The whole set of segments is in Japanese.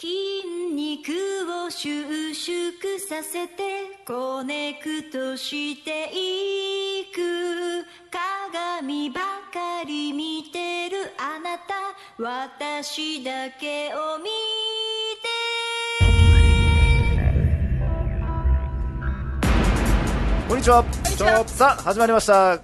筋肉を収縮させてコネクトしていく鏡ばかり見てるあなた私だけを見こんにちは。さあ、始まりました。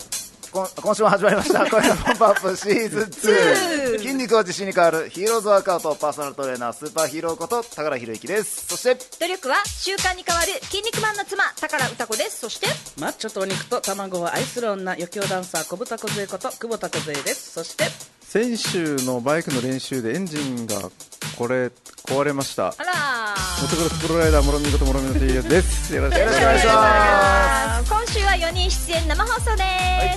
こん今週も始まりました。 声のポンプアップシーズン2。筋肉を自信に変わるヒーローズワークアウトパーソナルトレーナースーパーヒーローこと高良博之です。そして、て努力は習慣に変わる筋肉マンの妻宝歌子ですそしてマッチョとお肉と卵を愛する女余興ダンサー小豚小杖こと久保田小杖ですそして先週のバイクの練習でエンジンがこれ壊れましたあらモトクロスプロライダー諸見こと諸見の T ですよろしくおよろしく願いおし願いしま今週は4人出演生放送で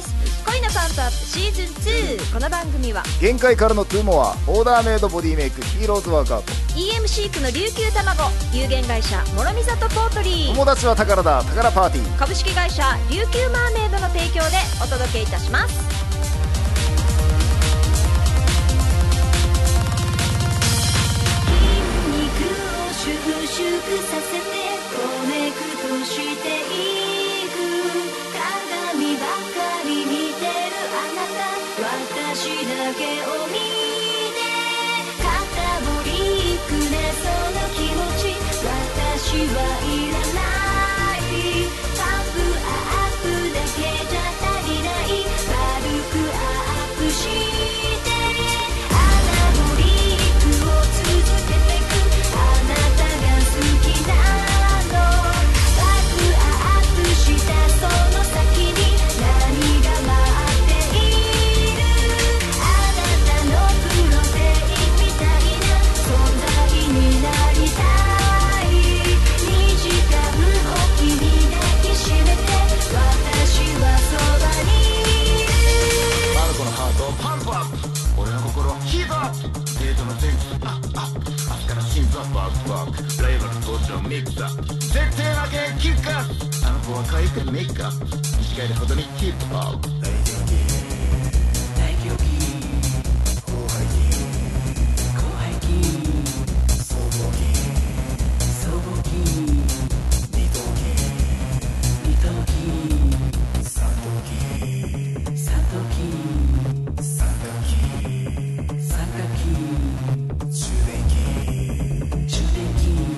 す、恋のパンプアップシーズン2この番組はす。限界からのトゥーモア、オーダーメイドボディメイクヒーローズワークアウト。 EM 飼育の琉球卵有限会社諸見里ポートリー友達は宝だ、宝パーティー。株式会社琉球マーメイドの提供でお届けいたします筋肉を収縮させてコネクトしていく鏡ばかり見てるあなた私だけを見て肩ぼりくねその気持ち私はいらないパンプアップだけじゃ足りない軽くアップしてアナボリックを続けてくあなたが好きなのバックアップしたその先に何が待っているあなたのプロテインみたいな存在になりたい2時間おきに抱きしめて私はそばにいるマルコのハートをパンプアップ俺の心はヒートアップデートのセンスアップアップ明日から心臓バックバックライバル登場ミックスアップ絶対負けんキックアップあの子は可愛くてメイクアップ短いほどにヒップアップ大大電気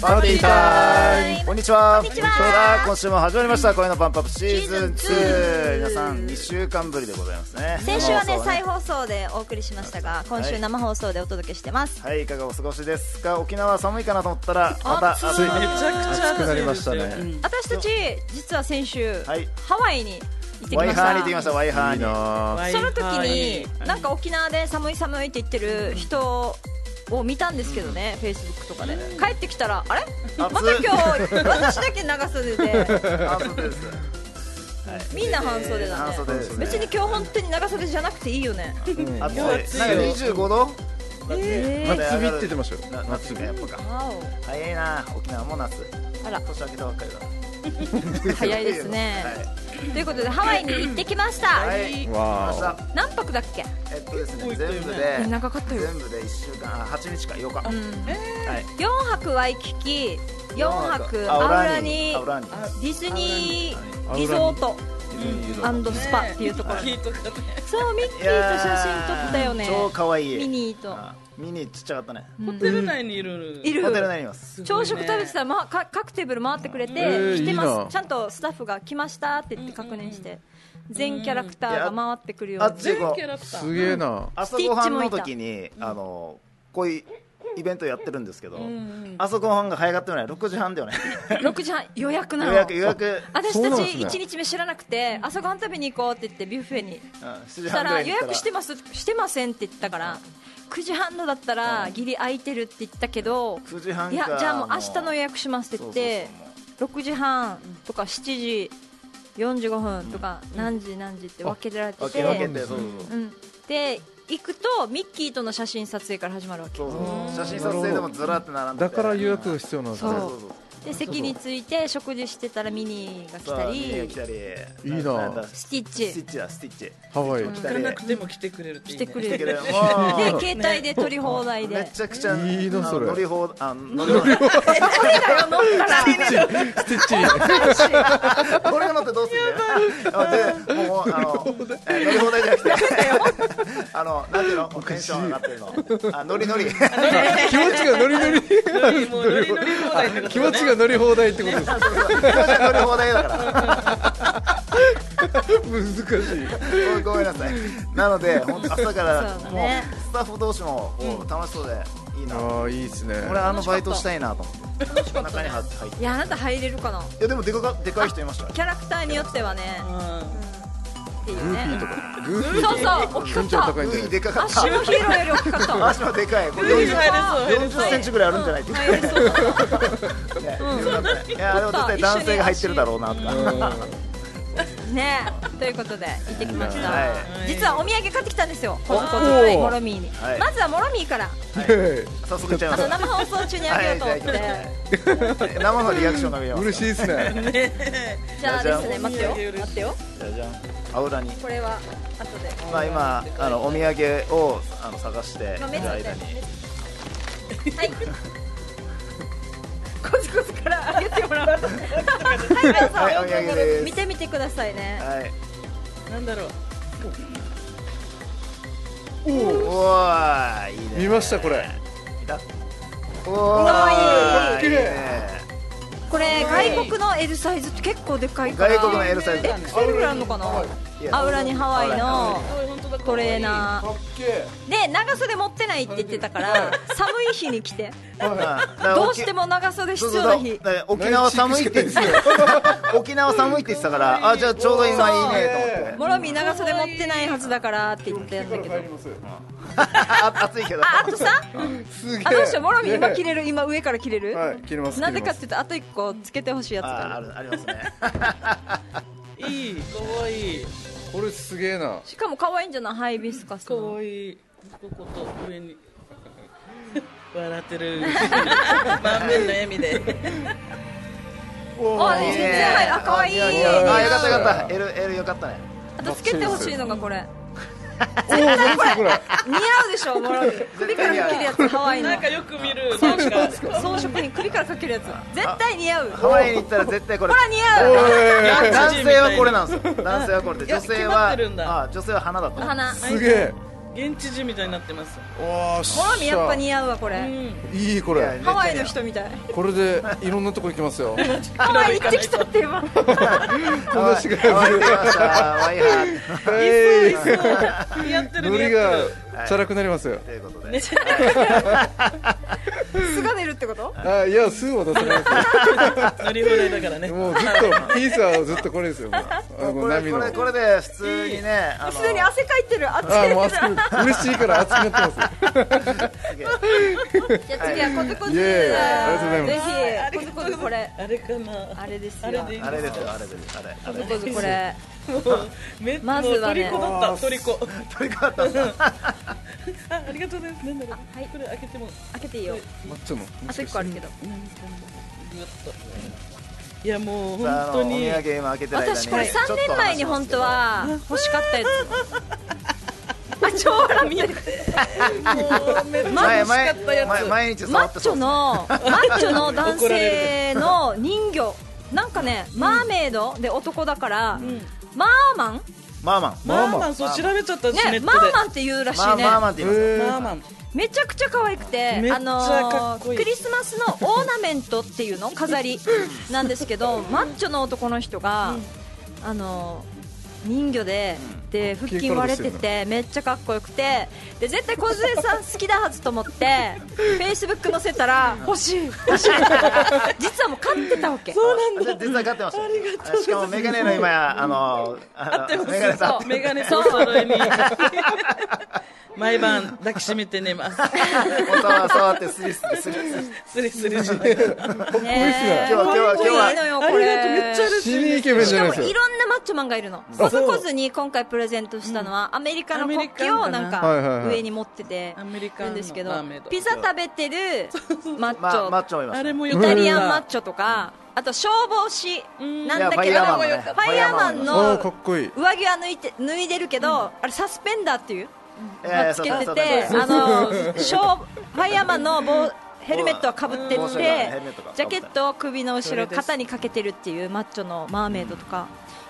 パーティータイムこんにちはこんにちはさあ今週も始まりました声のパンプアップシーズン2皆さん2週間ぶりでございますね先週はね放送再放送でお送りしましたが今週生放送でお届けしてますはいいかがお過ごしですか沖縄は寒いかなと思ったらまた暑い暑いめちゃくちゃ暑くなりましたねうん私たち実は先週はいハワイに行ってきまワイしハーに行ってきまたしたワイハーいいになあワイその時ハにーなんか沖縄で寒い寒いって言ってる人を見たんですけどね、フェイスブックとかで帰ってきたらあれまた今日私だけ長袖で半袖ですみんな半袖だ 半ね袖ですね別に今日本当に長袖じゃなくていいよねうん暑い今日暑いよなんか25度え夏日って言ってましたよな夏ねやっぱかー、わ早いな沖縄も夏おあら年明けたばっかりだ早いですねはいということでハワイに行ってきました、はい来まわした何泊だっけえっとですね結構行ったよね全部えで長かったよ、全部で1週間あ8日か8日うん、はい4泊ワイキキ4泊あアオウララニニアウラニディズニーリアウラニゾートうんアンドスパっていうところ、聞いとったねそうミッキーいやと写真撮ったよね超可愛いミニーとあミニーちっちゃかったねうんホテル内にいるいるホテルになります朝食食べてたら、ま、か各テーブル回ってくれて、ー来ていいまなすちゃんとスタッフが来ましたって言って確認して、全キャラクターが回ってくるよあうっにち全こキャうラクタすーげえな朝ごはんの時にあのこういうイベントやってるんですけど朝ごはんが早かったよね6時半だよね 6時半予約な予の約予約私そうたなんちですね1日目知らなくて朝ごはん食べに行こうって言ってビュッフェにうん7そ時した半ぐららいに予行った約してますしてませんって言ったから9時半のだったらギリ空いてるって言ったけど9時半かいやじゃあもう明日の予約しますって言ってそうそうそう6時半とか7時45分とか何時何時って分けられて分け分けててそうそううんで行くとミッキーとの写真撮影から始まるわけそうそう写真撮影でもずらって並んでだてから予約が必要なんですねそそううそうで席に着いて食事してたらミニーが来そうたさあり来たりいいななんだスティッスティチッチだスティッチハワイ来た行かりなくても来てくれるっていい来ねてくれ来てくれるる もでう携帯で撮り放題めでちゃくちゃいいなあのそれ乗り放題あの乗り放題スティッチ俺が乗ってどうするんだよでもうあのえ乗り放題じゃなくてあのなんていうのテンション上がってるのあ乗り乗り気持ちがノリ ノリノリもうノリノリ放題ってことね気持ちが乗り放題ってことですそうそうそう乗り放題だから難しいごめんごめんなさいなので本当朝からそうだもねうスタッフ同士もこう楽しそうでいいなああいいですね俺あのバイトしたいなと思って中に入って入っていやあなた入れるかないやでもでかかでかい人いましたよキャラクターによってはねっていうグーフィーねとかグーフィーそうとかそう大きか身長っ高いんうじゃいないでかたかっ足たのヒーローより大きかったわ足もでかいこれうん入れ40そう入れそう40センチぐらいあるんじゃないって入れそういやあれも絶対男性が入ってるだろうなとかねということで行ってきました、はい実はお土産買ってきたんですよコツコツはいモロミーに、はいまずはモロミーから早速いっちゃいまあすの生放送中にあげようと思って、はいじゃあ行生のリアクションが見れうまんす嬉しいですねじゃあですねじゃあ待ってよ待ってよじゃじゃん青裏にこれは後でまあ今あのお土産をあの探してまあい目つるぶって間に はいコツコツからあげてもらおうとはい皆さん、はいお土産です見てみてくださいねはいなんだろうおおいいね見ましたこれおわおいいいいねこれ外国の L サイズって結構でかいから外国の L サイズえそれぐらいあるのかなアウラにハワイのトレーナっけーで長袖持ってないって言ってたから寒い日に着てどどうしても長袖必そう要そうなそう日だから沖縄寒いって言ってた沖縄寒いって言ってたからあじゃあちょうど今いいねと思ってモロミ長袖持ってないはずだからって言ったんだけどああ暑いけどああとさすげえあどうしようモロミ今着れる今上から着れるはい切れますなぜかっていうとあと一個つけてほしいやつあがああるるありますねいい可愛いいこれすげえなしかも可愛いんじゃないハイビスカス可の愛いいここと 上に笑ってる満面の笑みでおあ全然はいあ可愛いあいよかったよかった L, L よかったねあとつけてほしいのがこれ おー何ですかこれ似合うでしょモロミ首からかけるやつハワイの なんかよく見る装なん飾か装飾に首からかけるやつ絶対似合うハほらワイに行ったら絶対これ似合うおい男性はこれなんですよ男性はこれでいや女性決まはってるんだあ女性は花だった花すげえ現地人みたいになってますおーしほらやっぱ似合うわこうれんいいこれハワイの人みたいこれでいろんなとこ行きま すよハワイ行ってきたって今こんなしがかわいい来ましたわいはいえいやってるノリねやっがてるチャラくなりますよということで、素が出るってことあいやすぐ渡さないですノリ放題だからねよもうずっとピースはずっとこれですよもうあのこれ波このれこれで普通にねあのすでに汗かいてる熱あもうい熱く嬉しいから熱くなってますじゃあ次はコズコズイエーイありがとうございますぜひコズコズこれあれかなあれですよあれでいいあれでですよあれですよあれあコズコれズこれすもうめまずはねもう虜だったトリコ取り替わったんですあありがとうございますなんだろうはいこれ開けても開けていいよマッチョのあと1個あるけどぐっといやもうあの本当お土に産今開けてる間に私これちょ3っと年前に本当は欲しかったや つあ超笑ってるもうめっちゃ前欲しか前ったや前つ毎日マ触ッってチそョうですのマッチョの男性の人魚なんかねマーメイドで男だからマーマンマーマンマーマンそう調べちゃったしネねットマでーマンって言うらしいマーねマーマンって言いますえマーマンめちゃくちゃ可愛くてめっちゃあのかっこいいークリスマスのオーナメントっていうの飾りなんですけどマッチョの男の人が、あのー人魚でで腹筋割れて大きいてめっちゃかっこよくてで絶対小杉さん好きだはずと思 ってフェイスブック載せたら欲しい欲しい 実はもう買ってたわけそうなんだあで実際買ってましたよしかもメガネの今やあのあのメガネさそんうメガネとお揃いに毎晩抱きしめて寝ますお皿触ってスリスリスリスリスリスリしないねえ今日は今日は今日はかっこいいのよあこりれがとうめっちゃ嬉しい死にイケメンしじゃかないもですいよろんなマッチョマンがいるのコズコズに今回プレゼントしたのはアメリカの国旗をなんアメリカンだなはいはいかはい上に持っててアメリカるンのんですけどマーメイドピザ食べてるマッチまあマッョチョもいますあれもよイかったタリアンマッチョとかあと消防士なんだけどいやフファイヤーマァンイもヤーねマンあーかっのこいい上着は抜いて脱いでるけどあれサスペンダーっていうえまーあつけてそうてそうそうあのショーファイヤーマンの帽ヘルメットはかぶって帽っ子てがヘルメットがジャケットを首の後ろ肩にかけてるっていうマッチョのマーメイドとか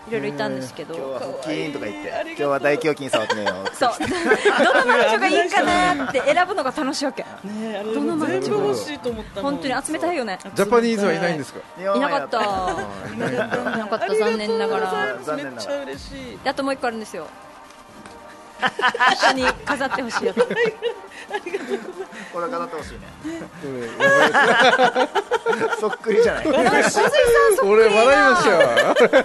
いろいろいたんですけど今日は腹筋とか言って今日は大胸筋触ってねよう そうどのマッチョがいいかなって選ぶのが楽しいわけねえあれどのマッ全チ部ョ欲しいと思ったもん本当に集めたいよねジャパニーズはいないんですか日本いはなかったいなかった残念ながら残め念っなちがらゃ嬉しいであともう一個あるんですよ一緒に飾ってほしいやつこれ飾ってほしいねこれそっくりじゃない俺笑いました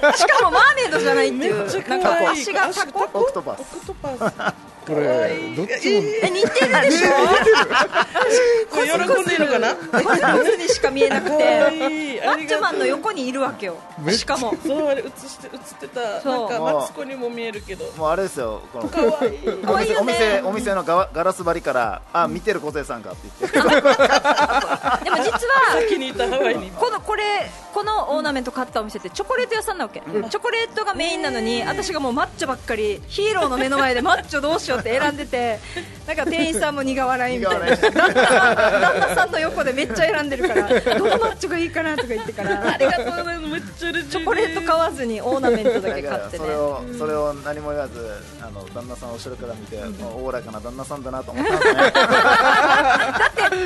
よしかもマーメイドじゃないっていめっちゃう可な愛んいか足がタコオクトパスオクトパスこれどっちもえ似てるでしょこれ喜んでいいのかなコズコズにしか見えなく可て愛いマありッチョがとうマンの横にいるわけよめっちしゃかもそうあれ映して映ってたそなうんかマツコにも見えるけどもうあれですよこの可愛い可愛いよおね店お店のガワガラス張りからあ見てる小杉さんかって言ってでも実は気に入ったハワイにこのこれこのオーナメント買ったお店ってチョコレート屋さんなわけ、チョコレートがメインなのに私がもうマッチョばっかりヒーローの目の前でマッチョどうしようって選んでてなんか店員さんも苦笑いみたいな苦旦那さん旦那さんの横でめっちゃ選んでるからどのマッチョがいいかなとか言ってからありがとうございますめっちゃ嬉しいチョコレート買わずにオーナメントだけだか買っらてそねれをそれを何も言わずあの旦那さんを後ろから見てもうおおらかな旦那さんだなと思ったんですね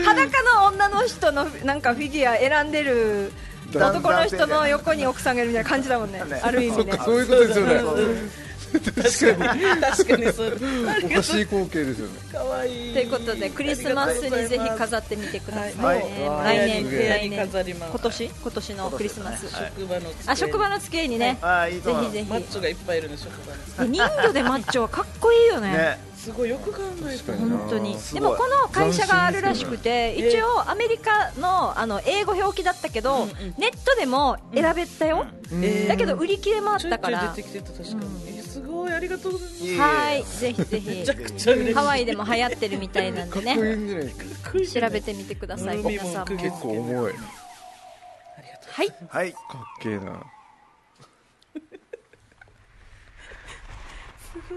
裸の女の人のなんかフィギュア選んでる男の人の横に奥さんがいるみたいな感じだもんね ねある意味ねそういうことですよね確かに確かにそうあおりがかとしい光景ですよねう可愛いということでクリスマスにぜひ飾ってみてくださいね、はいもう来年部屋来に年飾ります今年今年のクリスマス、職場の机あ職場の机にね、ああいいとぜ思ひいますぜひマッチョがいっぱいいるね職場にで人魚でマッチョはかっこいいよねねすごいよく考えた確かにな本当にすでごもいこの会社があるらしくて、一応アメリカのあの英語表記だったけど、ネットでも選べたよ、えーだけど売り切れもあっちょたいちかょいら出てきてた確かにえすごいありがとうございますいいはいぜひぜひめちゃくちゃ嬉しいハワイでも流行ってるみたいなんでこういねうんじゃないですか調べてみてください海皆もさんも空気結構重いかはいはいっけえな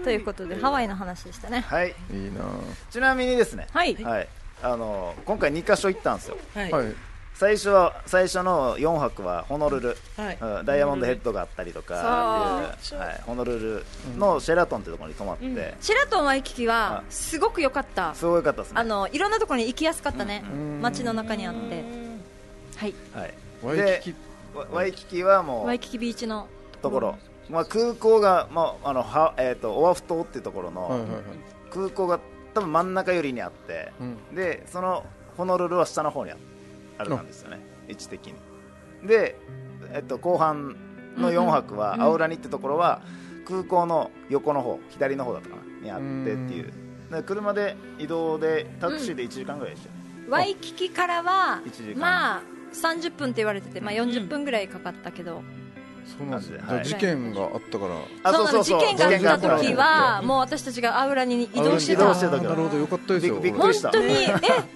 ということでハワイの話でしたねはいいいなちなみにですねはいはいあの今回2箇所行ったんですよはいはい最初は最初の4泊はホノルル、はいうんダイヤモンドヘッドがあったりとかっていう、そうはい、ホノルルのシェラトンってところに泊まって、シェラトンワイキキはあすごく良かったすごい良かったですねあのいろんなところに行きやすかったねん街の中にあってはいはい、ワイでキキワワイキキはもワイうキキビーチのところ、まあ、空港が、まああのはえー、とオアフ島っていうところはいはいのはい空港が多分真ん中寄りにあって、うんでそのホノルルは下の方にああるんですよね位置的にで、えっと、後半の4泊はアウラニってところは空港の横の方左の方だったかなにあってっていうだから車で移動でタクシーで1時間ぐらいでしたよねワイキキからは一時間まあ30分って言われててまあ40分ぐらいかかったけどそうなんですねはいじゃあ事件があったからあそうなの事件があ事件があっったたら時はもう私たちがアウラに移動して移動たしてたあーなるほどよかったですよびっくり本し当にえ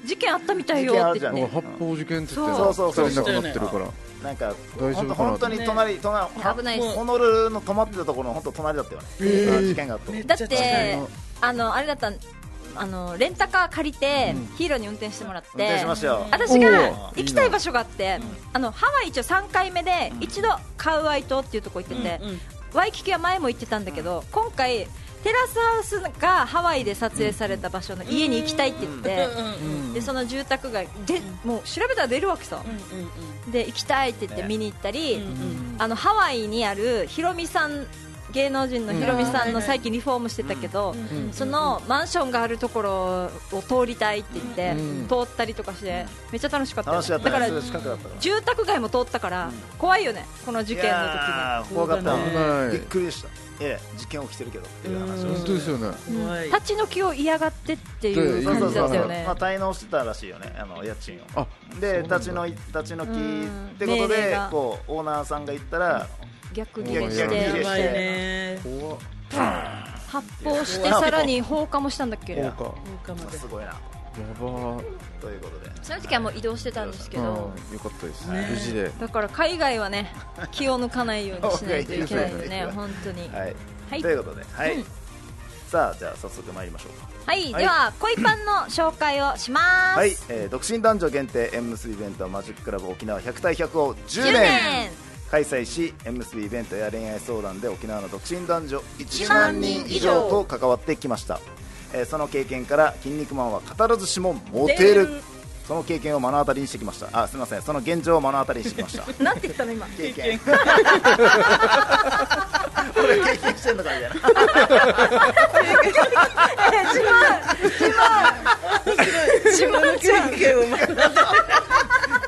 事件あったみたいよって言っ俺て発砲事件って言ってそうそうそう二人亡くなってるからなんか本大丈夫当かな本当に隣隣危ないですホノルルの泊まってたところの本当隣だったよね、ー事件があっためっだっちゃ近いてあのあれだったあのレンタカー借りてヒーローに運転してもらっ運転てしましたよ私がおー行きたい場所があってあのハワイ一応3回目で一度カウアイ島っていうとこ行っててうんうんワイキキは前も行ってたんだけど今回テラスハウスがハワイで撮影された場所の家に行きたいって言ってでその住宅街でもう調べたら出るわけさで行きたいって言って見に行ったり、あのハワイにあるヒロミさん芸能人のヒロミさんの最近リフォームしてたけど、そのマンションがあるところを通りたいって言って、うん通ったりとかしてめっちゃ楽しかったよ楽しかっただからすぐ近くだったから住宅街も通ったから、怖いよねこの事件の時に。時怖かったそうだねびっくりでしたええ事件起きてるけどっていう話を本当ですよね怖い立ち退きを嫌がってっていうそうそ感うじそだうったよねまあ、滞納してたらしいよねあの家賃をあでそうなんだ立ち退い立ち退きっうてことん命令でがこうオーナーさんが言ったら逆いギやレし逆ギレやしてばいね怖っ発砲してさらに放火もしたんだっいけやそうか放火まですごいなやばーということでその時はもう移動してたんですけうんど、よかったですね無事でだから海外は ね気を抜かないようにしないといけないよね OK 本当にはい、はいということではい、さあじゃあ早速参りましょうかはい、はいでは恋パンの紹介をします、はい、えー独身男女限定 M3 イベントマジッククラブ沖縄100対100を10 10年年開催し M3 イベントや恋愛相談で沖縄の独身男女1 1万万人人以以上上と関わってきました、えーその経験から「筋肉マン」は必ずしもモテるその経験を目の当たりにしてきましたあすみませんその現状を目の当たりにしてきましたなんて言ったの 今経験俺経験してんのかみたいな自分の経験を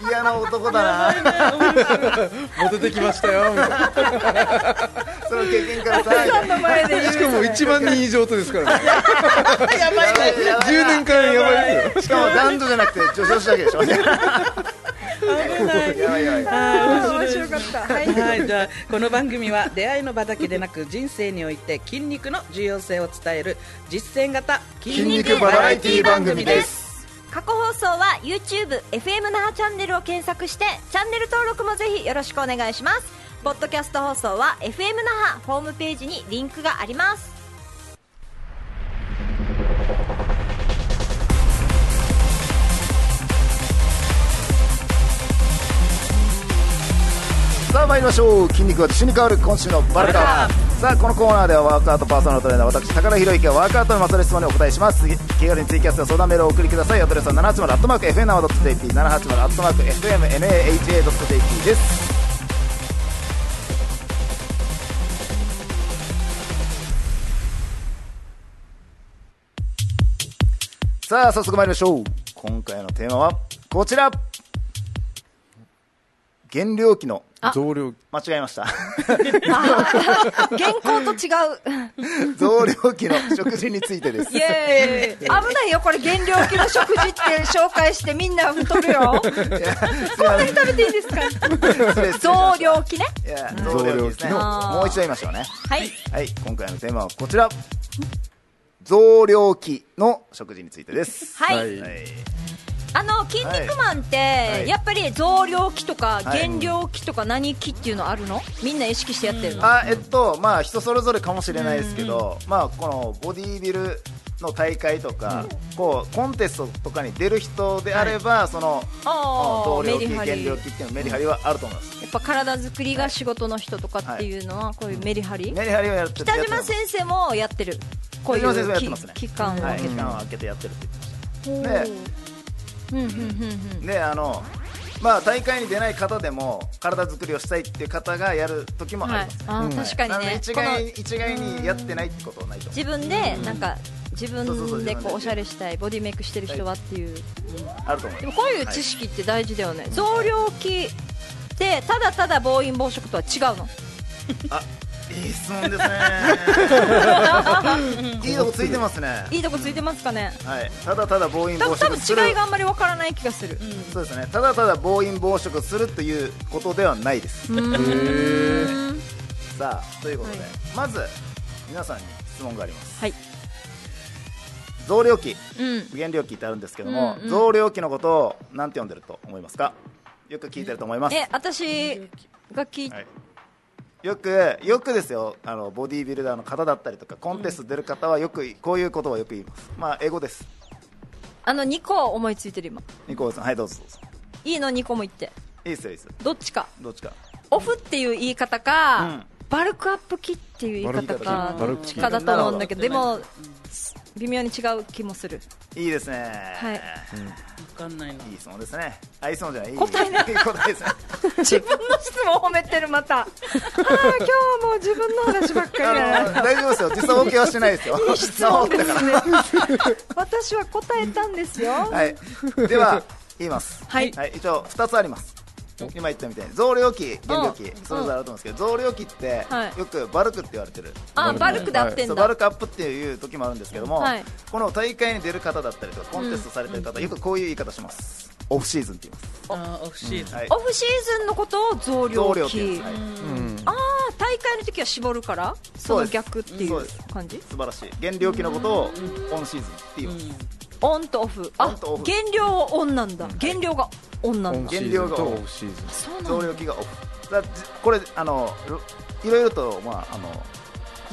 嫌な男だなモテてきましたよみたいなその経験からさの前でしかも1万人以上とですからねやばいね10年間やばいですよしかも男女じゃなくて女女子だけでしょ危ないやばいやばい面白かったはい、はい、じゃあこの番組は出会いの場だけでなく人生において筋肉の重要性を伝える実践型筋肉バラエティ番組です過去放送は YouTubeFM 那覇チャンネルを検索してチャンネル登録もぜひよろしくお願いしますポッドキャスト放送は FM 那覇ホームページにリンクがありますさあ参りましょう筋肉は自主に変わる今週のバレたさあこのコーナーではワークアウトパーソナルトレーナー私高田博之がワークアウトにまつわる質問にお答えします気軽にツイキャストや相談メールをお送りくださいアドレスは780アットマーク FNAWA.jp 780アットマーク FMNAHA.jp ですさあ早速参りましょう今回のテーマはこちら減量期の増量間違えました原稿と違う増量期の食事について ですイエーイ危ないよこれ減量期の食事って紹介してみんな太る よこんな食べていいです か増量期ね増量期ですね増量期のもう一度言いましょうねはいはい今回のテーマはこちら増量期の食事についてですはい、はいはいあの筋肉マンって、いやっぱり増量期とかはい減量期とか何期っていうのあるのみんな意識してやってるの、あえっとまあ人それぞれかもしれないですけど、まあこのボディービルの大会とか、こうコンテストとかに出る人であれば、そのあー同量メ級リハリ減量級っていうのメリハリはあると思います、やっぱ体作りが仕事の人とかっていうのはこういうメリハリ、メリハリをやって北島先生もやってるこういう北島先生もやってますねき期間を生、は分い、け期て、間を空けてやってるって言ってましたほねううんうんうんうんであのまあ大会に出ない方でも体作りをしたいっていう方がやる時もありはいます、、あー確かなにのでね一この概に一概にやってないってことはないと思自分でなんか自そうそうそう分自で分こでうおしゃれしたいボディメイクしてる人はっていううあると思いでまも こういう知識って大事だよね増量期でただただ暴飲暴食とは違うのすいい質問ですねいいとこついてますねいいとこついてますかねはい、ただただ暴飲多暴分多食する分違いがあんまりわからない気がするそうですねただただ暴飲暴食するということではないですうーんさあということで、はいまず皆さんに質問がありますはい増量期うん減量期ってあるんですけども、うんうん増量期のことを何て呼んでると思いますかよく聞いてると思いますえ私が聞いはいよくよくですよあのボディービルダーの方だったりとかコンテスト出る方はよくこういうことはよく言いますまあ英語ですあの2個思いついてる今ニコルさんはいどうぞどうぞいいの2個も言っていいですよいいですよどっちかどっちかオフっていう言い方うかん、バルクアップ期っていう言い方かバどルっクアップち期かだと思うんだけどでなるほも微妙に違う気もするいいですねはい分かんないないい質問ですね。あ、いい質問じゃない。いい 答えないいい答えですね。自分の質問を褒めてるまたあー今日はもう自分の話ばっかりだあの大丈夫ですよ。時差ボケはしてないですよ。質問ですね 私は答えたんですよはい。では言います。はい一応二つあります。今言ったみたいに増量期、減量期うんそれぞれあると思うんですけど、増量期ってはいよくバルクって言われてる。あバルクで合ってそんうバだルクアップっていう時もあるんですけども、はいこの大会に出る方だったりとかコンテストされてる方、よくこういう言い方します。オフシーズンって言います。あーオフシーズンはいオフシーズンのことを増増量量期で期す。はい。ああ大会の時は絞るからその逆っていそううです感じ素晴らしい。減量期のことをオンシーズンって言います。オンとオフオあンとオフ減量はオンなんだ減量がオンなオんンだシーズンとオフシーズンそうなんだ増量期がオフだじこれあのろいろいろと、まあ、あの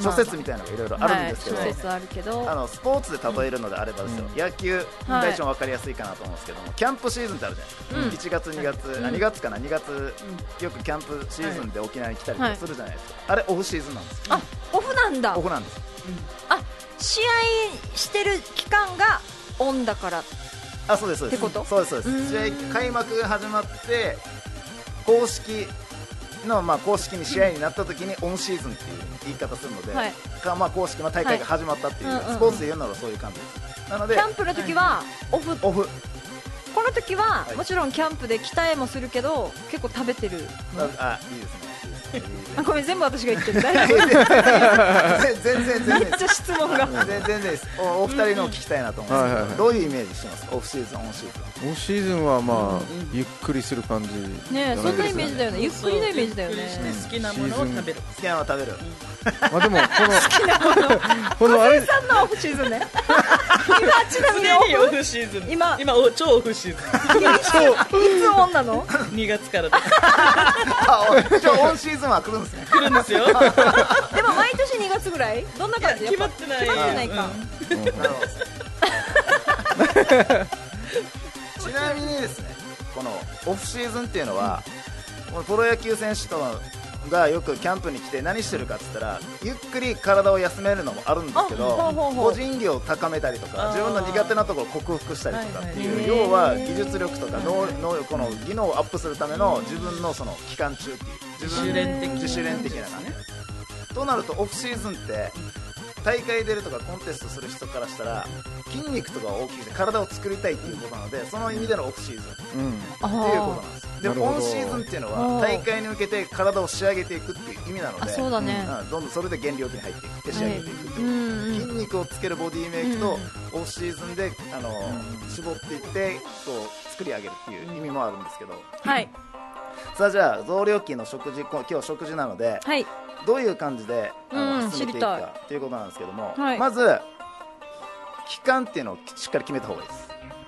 諸説みたいなのがいろいろあるんですけど、はい、諸説あるけどあのスポーツで例えるのであればですよ、野球が一番分かりやすいかなと思うんですけども、キャンプシーズンってあるじゃないですか、1月2月、あ2月かな2月、よくキャンプシーズンで沖縄に来たりとかするじゃないですか、あれオフシーズンなんですよあオフなんだオフなんですあ試合してる期間がオンだからあそうですそうですってことそうですそうです試合開幕が始まって公式のまあ公式に試合になった時にオンシーズンっていう言い方するので、はいかまあ公式の大会が始まったっていう、はいうんうんうんスポーツで言うならそういう感じですなのキでャンプの時はオフオフこの時ははいもちろんキャンプで鍛えもするけど結構食べてるあいいですねいいですあねごめん全部私が言ってる大丈 全然全夫然めっちゃ質問が 全然全然ですおお二人のを聞きたいなと思うんですけど、はいはいはいどういうイメージしてますオフシーズンオンシーズンオフシーズンはまあゆっくりする感じねえそんなイメージだよねゆっくりのイメージだよゆっくりねして好きなものを食べる好きなの食べ る、まあでもこのこのあれそんなオフシーズン ね今ちなみにオ常にフオフシーズン今今お超オフシーズいつオンなのン2月からであおじゃあオンシーズンは来るんですね来るんですよでも毎年2月ぐらいどんないや感じ 決まやっぱてない決まってないかうん なるほどちなみにですねこのオフシーズンっていうのは、このプロ野球選手とかがよくキャンプに来て何してるかって言ったらゆっくり体を休めるのもあるんですけどあほうほうほう個人技を高めたりとかあー自分の苦手なところを克服したりとかっていう、はいはい要は技術力とか能能力この技能をアップするための自分のその期間中っていう自分自主練的な自主練的なですねねとなるとオフシーズンって大会出るとかコンテストする人からしたら筋肉とかを大きくして体を作りたいっていうことなのでその意味でのオフシーズンってうんいうことなんですでなるほもどオンシーズンっていうのあはー大会に向けて体を仕上げていくっていう意味なのあでそうだねうんどんどんそれで減量期に入っていって仕上げていくってういうんうん筋肉をつけるボディメイクとオフシーズンであの絞っていってこう作り上げるっていう意味もあるんですけどはいさあじゃあ増量期の食事こう今日食事なのではいどういう感じで、あうのん進知めていくりかということなんですけども、はいまず期間っていうのをきしっかり決めた方がいいで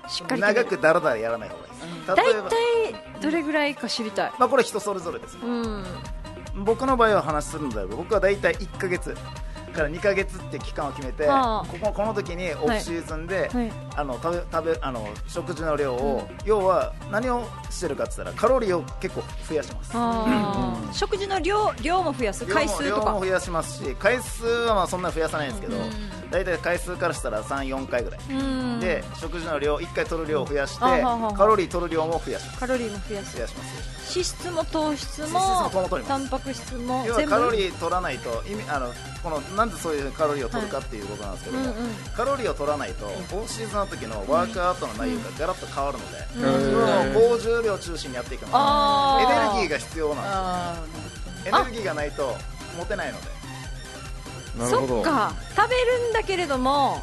すしっかりと長くだらだらやらない方がいい大です例えば体どれぐらいか知りたいまあこれ人それぞれですうん僕の場合は話するのであれば僕は大体1か月から2か月って期間を決めてはあこここの時にオフシーズンで、はいあの食べ食べあの食事の量を、要は何をしてるかって言ったらカロリーを結構増やしますあー食事の量量も増やす量も回数と量かも増やしますし回数はまあそんな増やさないんですけど大体回数からしたら34回ぐらいうんで食事の量1回取る量を増やしてあはあはあカロリー取る量も増やしますカロリーも増やす増やします脂質も糖質脂質もも糖も取りタまンパク質も要は全部カロリー取らないと意味あのこのなんでそういうカロリーを取るかっていうことなんですけども、うんうんカロリーを取らないとオフシーズンの時のワークアウトの内容がガラッと変わるので、へー高重量中心にやっていくのであエネールギーが必要なんあですエネルギーがないと持てないのでなるそほどっか食べるんだけれども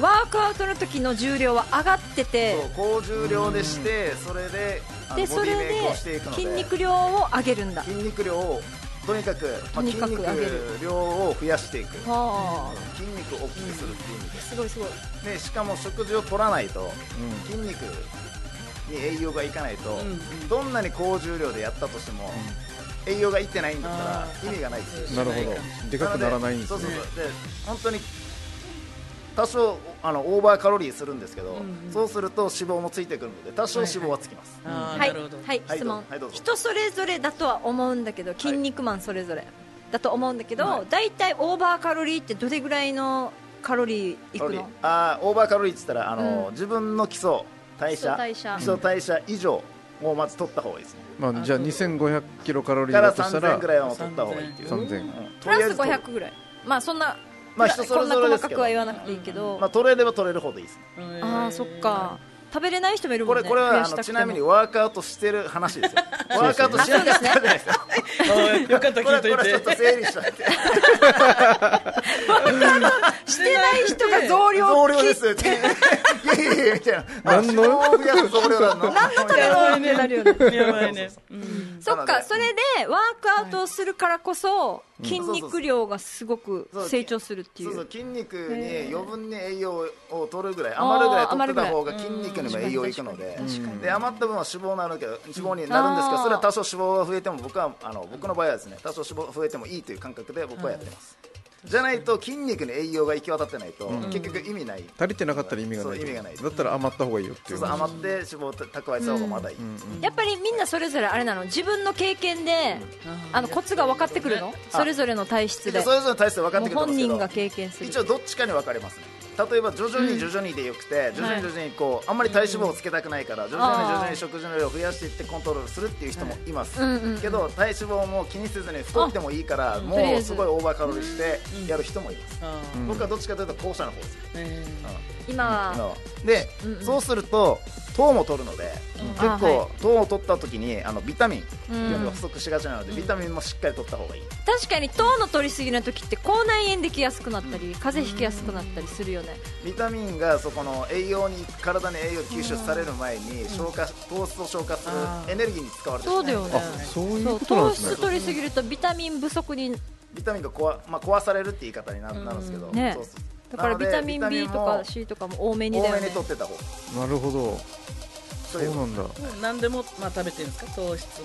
ワークアウトの時の重量は上がっててそう高重量でしてそれであのでボそデれィメイクをしていでくので筋肉量を上げるんだ筋肉量をとにかく、まあとに筋かく肉上げる量を増やしていくは筋肉を大きくするっていう意味ですあすごいすごいでしかも食事を取らないとうん筋肉に栄養がいかないと、んどんなに高重量でやったとしても、栄養がいってないんだったらあー意味がないですよなるほどでかくならないんですのねでそうそうそうで本当に多少あのオーバーカロリーするんですけど、そうすると脂肪もついてくるので多少脂肪はつきます、あはないるほどはいはい質問はいどうぞ人それぞれだとは思うんだけど筋肉マンそれぞれだと思うんだけはどい大体オーバーカロリーってどれぐらいのカロリーいカロくリーのあーオーバーカロリーって言ったらあの、うん自分の基礎代基礎謝代謝基礎代謝以上をまず取った方がいいですねまあじゃあ2500キロカロリーかだらとしたら3000ぐらいはもう取った方がいいっていう、うん3000プラスとりあえず500ぐらいまあそんなまあ人それぞこれんでなす細かけどくは言わなくていいけどまあ取れれば取れるほどいいですねああそっか食べれない人もいるもこんねれこれ増はやあしたのくてちもなみにワークアウトしてる話ですよワークアウトしなかったじゃないですかよかったこ聞れいこといれちょって と整理したってしてない人が増量増量ですよっていやいやいやみたいな何のあ増やす増量なの何のた めのってなるよねやばいねそっなのかでそれでワークアウトをするからこそ筋肉量がすごく成長するっていそうそうう筋肉に余分に栄養を取るぐらい余るぐらい取ってた方が筋肉にも栄養いくのでで余った分は脂肪になるけど脂肪になるんですけあどーそれは多少脂肪が増えても僕はあの僕の場合はですね多少脂肪が増えてもいいという感覚で僕はやってますじゃないと筋肉に栄養が行き渡ってないと結局意味ない足りてなかったら意味がないそう意味がないだったら余った方がいいよってそいううそう余って脂肪を蓄えた方がまだいいやっぱりみんなそれぞれあれなの自分の経験であのコツが分かってくるのそれぞれの体質ででそれぞれ対して分かっもてうくると思う本ん人がですけど経験する一応どっちかに分かれますね例えば徐々に徐々にでよくて、徐々に徐々にこうあんまり体脂肪をつけたくないから徐々に徐々に食事の量を増やしていってコントロールするっていう人もいます、うんうんうんけど体脂肪も気にせずに太ってもいいから、もとりあえうずすごいオーバーカロリーしてやる人もいます、あー僕はどっちかというと後者の方です、え今はで、そうすると糖も取るので、結あは構糖を取った時にあのビタミンが不足しがちなので、ビタミンもしっかり取った方がいい、確かに糖の取りすぎの時って口内炎できやすくなったり風邪ひきやすくなったりするよねビタミンがそこの栄養に体に栄養吸収される前に消化糖質を消化するエネルギーに使われてしそまうだよねあそういうそうことなん糖ですね質取りすぎるとビタミン不足にビタミンが壊,、まあ、壊されるって言い方になるなるんですけど、ねそうそうだからなのビでタミン B とか C とかも多めにだ多よめねに取ってた方がなるほどそそういううなんだー何でもまあ食べてるんですか糖質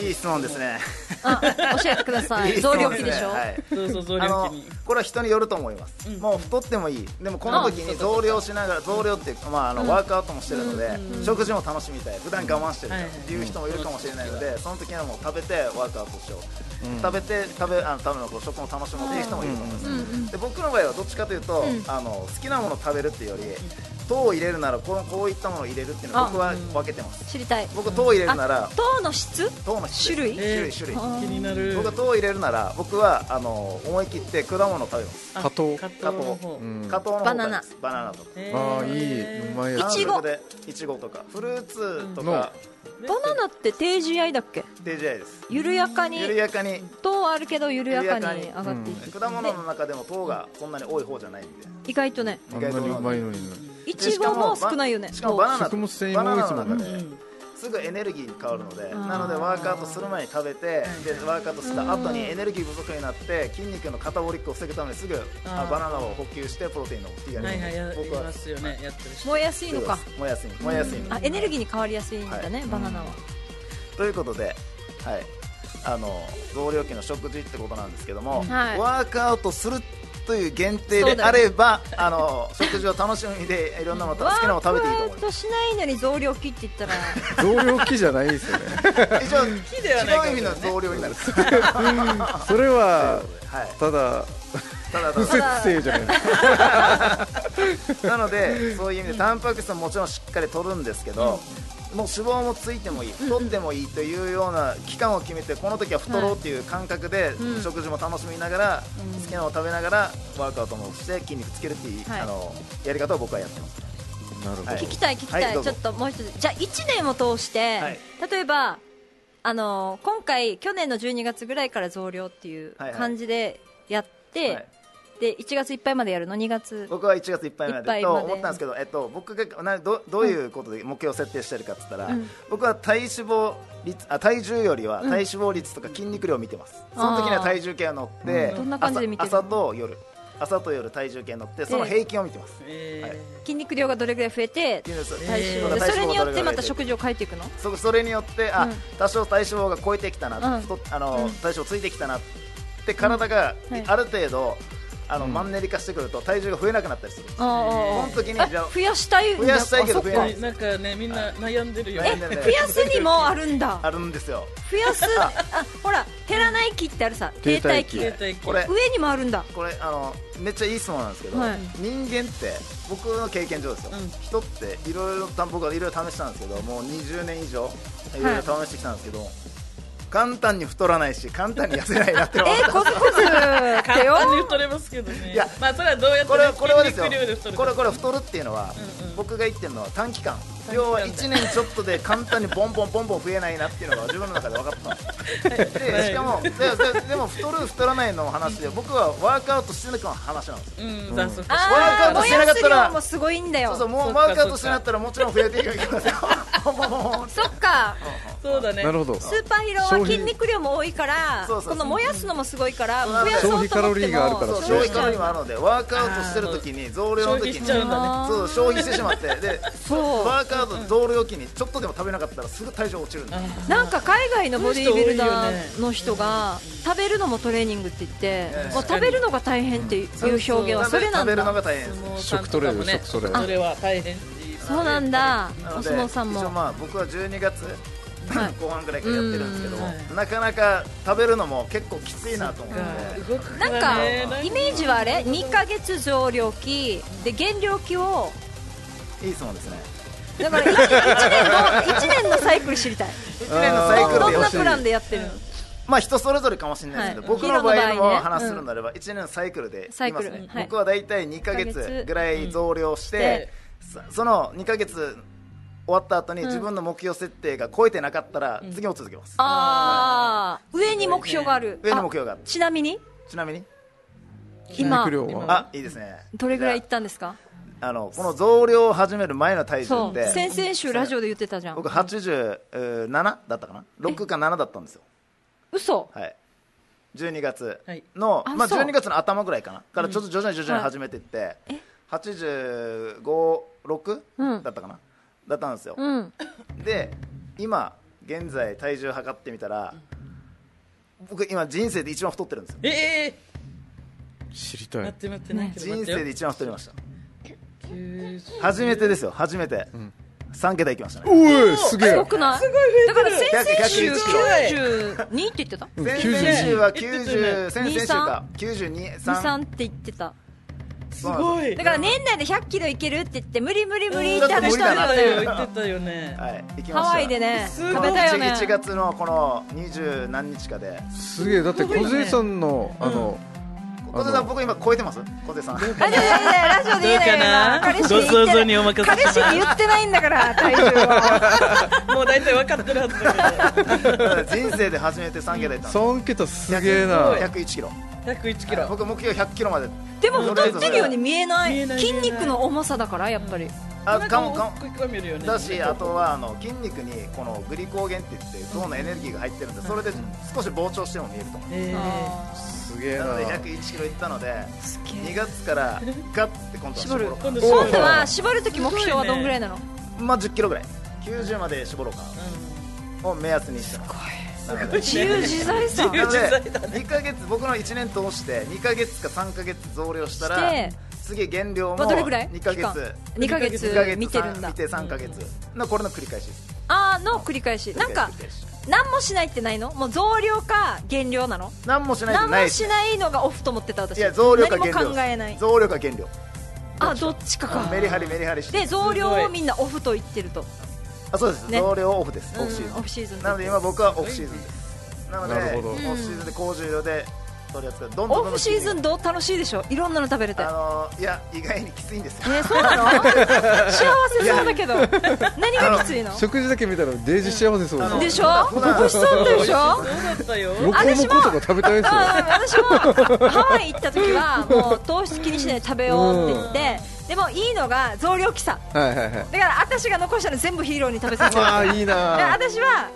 もいい質問ですねあ教えてくださいいい質問増す量ね期でしょはいそうそう増あ量の期 にこれは人によると思います、もう太ってもいいでもこの時に増量しながら増量っていうか、まあ、あのワークアウトもしてるので、食事も楽しみたい普段我慢してるはいはいっていう人もいるかもしれないので、その時はもう食べてワークアウトしよう、食べて食べあの食べのこう食も楽しもうっていう人もいると思います、で僕の場合はどっちかというと、あの好きなものを食べるっていうより糖を入れるならこのこういったものを入れるっていうのを僕は分けてます知りたい僕糖を入れるなら糖の質糖の質種類種類種類気になる僕が糖を入れるなら僕はあの思い切って果物を食べます加糖加加糖の糖方ん加糖の方バナナバナナとかえああいいうまいやいつちごあのそれでいちごとかフルーツとかバナナって低 GI だっけ DJI です緩やかに緩やかに糖あるけど緩やかに上がっていく、果物の中でも糖がそんなに多い方じゃないんで意外とねあんなにうまいのにねいちごも少ないよねしかもバナナ食物繊維も多いですもんバねナナの中ですぐエネルギーに変わるのでなのでワークアウトする前に食べてでワークアウトした後にエネルギー不足になって筋肉の肩ボリックを防ぐためにすぐあーあバナナを補給してプロテインをってやるはいはいや僕りはますよねやってる人燃えやすいのか燃えやすい燃えやすいのあエネルギーに変わりやすいんだね、はバナナは、ということで、はい、あの増量期の食事ってことなんですけども、はいワークアウトするという限定そうでだあよねれば、あの食事を楽しみでいろんなもの好きなもの食べていいと思いワーまクアウトしないのに増量期って言ったら増量期じゃないですよねす。以上、木ではない違うかも意味ねの増量になる。それははい、ただただた不だ節制じゃないですかなのでそういう意味でタンパク質ももちろんしっかり取るんですけど、もう脂肪もついてもいい太ってもいいというような期間を決めてこの時は太ろうっていう感覚で、うん食事も楽しみながら、好きなのを食べながらワークアウトもして筋肉つけるっていう、はいあのやり方を僕はやってます、なるほど、はい聞きたい聞きたい、はいどうちぞょっともう一つじゃあ1年を通して、はい例えばあのー今回去年の12月ぐらいから増量っていうはいはい感じでやって、はいで1月いっぱいまでやるの2月僕は1月いっぱいいまでっぱいとまで思ったんですけど、えっと、僕がなどどういうことで目標を設定してるかって言ったら、うん僕は体脂肪率あ体重よりは体脂肪率とか筋肉量を見てます、その時には体重計が乗ってあーどんな感じで見てる朝朝と夜朝と夜体重計に乗ってその平均を見てます、え筋肉量がどれぐらい増えてっていうのです体脂肪えーでそれによってまた体脂肪がどれぐらい増えてる食事を変えていくのそそれによってあ、うん多少体脂肪が超えてきたな、うん太っあのうん体脂肪ついてきたなって体がうんはいある程度、あのマンネリ化してくると体重が増えなくなったりする、あこの時にあああじゃああ増やしたいんだ増やしたいけどあそっ増えかなーなんかねみんな悩んでるよはいねないえ増やすにもあるんだあるんですよ増 やすあほら減らない期ってあるさ停滞期携帯機これ上にもあるんだこれあのめっちゃいい質問なんですけど、はい人間って僕の経験上ですよ、うん人っていろいろ僕はいろいろ試したんですけどもう20年以上いろいろ試してきたんですけど、簡単に太らないし簡単に痩せないなってえ思 ったコツコツって簡 よ単に太れますけどねいやまあそれはどうやってこれはこれはですよ筋肉量で太るかこれこれ太るっていうのは、うんうん僕が言ってるのは短期間間要は1年ちょっとで簡単にボンボンボンボン増えないなっていうのが自分の中で分か ったんですでしかもでででも太る太らないの話で僕はワークアウトしてなくの話なんですようんあそうかワーあクアあウト燃しやなかっすたら量もすごいんだよそうそうもそうっかワークアウトしてなったらもちろん増えていくんですよボンボンボンボンそっかそうだねなるほどスーパーヒーローは筋肉量も多いからそうそうそうこの燃やすのもすごいからそう増やそうと思っても消費カロリーがあるからそう消費カロリーもあるのでワークアウトしてる時に増量の時消費しにちゃうんだねそう消費してしまってでそうワークアウト増量期にちょっとでも食べなかったらすぐ体重落ちるんですなんか海外のボディービルダーの人が食べるのもトレーニングって言ってえもう食べるのが大変っていう表現はそれな食んべるだのが大変です食トレー食トレそれは大変そうなんだなおので相撲さんも一応まあ僕は12月はい後半ぐらいからやってるんですけどもうんはないかなか食べるのも結構きついなと思って動くなんらかねイメージはあれ2ヶ月増量期で減量期をいい質問ですねだから 1, 年の一年のサイクル知りたい1年のサイどクルんなで欲しいプランでやってるのまあ人それぞれかもしれないですけど、はい僕の場合ヒーローのも場合ね話するならば1年のサイクルでサイクル言いますねはい僕は大体2ヶ二ヶ月月ぐらい増量して、そその2ヶ月終わった後に自分の目標設定が超えてなかったら次も続けます、あー上に目標がある上の目標があるあちなみにちなみに筋今肉量はあいいですねどれぐらいいじっゃたんですかああのこの増量を始める前の体重そっうて先々週ラジオで言ってたじゃん僕87だったかな6か7だったんですよ嘘はい、12月はいの、あまあ、そう12月の頭ぐらいかなからちょっと徐々に徐々に始めていって、え856、うんだったかなだったんですよ、うんで今現在体重測ってみたら、僕今人生で一番太ってるんですよええ知りーた待いって待ってなんか待人ってよ生で一番太りました90初めてですよ初めて、三3桁いきましたねおいすげすえごくないだから先々週92 101って言ってたうん先々週は言ってた90よね先々週か923 23って言ってたすすごいだから年内で100キロいけるって言って無理無理無理ってうん話したんだ無理よねだ言ってたよねはい行きましたハワイでねすごい食べたよね1月のこの二十何日かですげえだって小杉さんのあの小手さん僕今超えてます小手さ んあでもいやいやラジオで言えないよな彼氏どうにか言ってなご想像にお任せします彼氏に言ってないんだから体重はもう大体分かってるはずだけ人生で初めて3桁いったんです3桁すげえな101キロ ど101キロ僕目標100キロまででも太ってるように見えな見えいない筋肉の重さだからやっぱりあなんかかももかもうか見るよねだしあとはあの筋肉にこのグリコーゲンって言って糖のエネルギーが入ってるんでそれで少し膨張しても見えると思えーすげえうななので101キロいったのですげ2え月からガッて今度は絞ろう今度今絞度るは絞るとき目標はどんぐらいなのまあ1 0キロぐらい90まで絞ろうかを目安にしてますなので自由自在さ由な ので自在だ2ヶ月僕の1年通して2ヶ月か3ヶ月増量したらして次減量もまあどれぐらい2ヶ期間月2ヶ二ヶ月月見てるんだ見て3ヶ月のこれの繰り返しですあーの繰り返 しなんか繰り返し繰り返し何もしないってないのもう増量か減量なの何もしないと何ないもですしないのがオフと思ってた私いや増量か減量何も考えない増量か減量あどっちかかメリハリメリハリしてで増量をみんなオフと言ってるとあそうですね増量オフですうんオフシーズオフシーズンンなので今僕はオフシーズンですなのでなるほどオフシーズンで高重量で取り扱うどんどんオどんどんフシーズンどう楽しいでしょいろんなの食べれてあのーいや意外にきついんですよねそう なの幸せそうだけど何がきついの食事だけ見たらデイジー幸せそうあのでしょ普段美味しそうだったでしょそうだったよロコモコとか食べたいですよ私もハワイ行った時はもう糖質気にしないで食べようって言って、でもいいのが増量期 さはいはいはいだから私が残したの全部ヒーローに食べさせるああいいだからな私は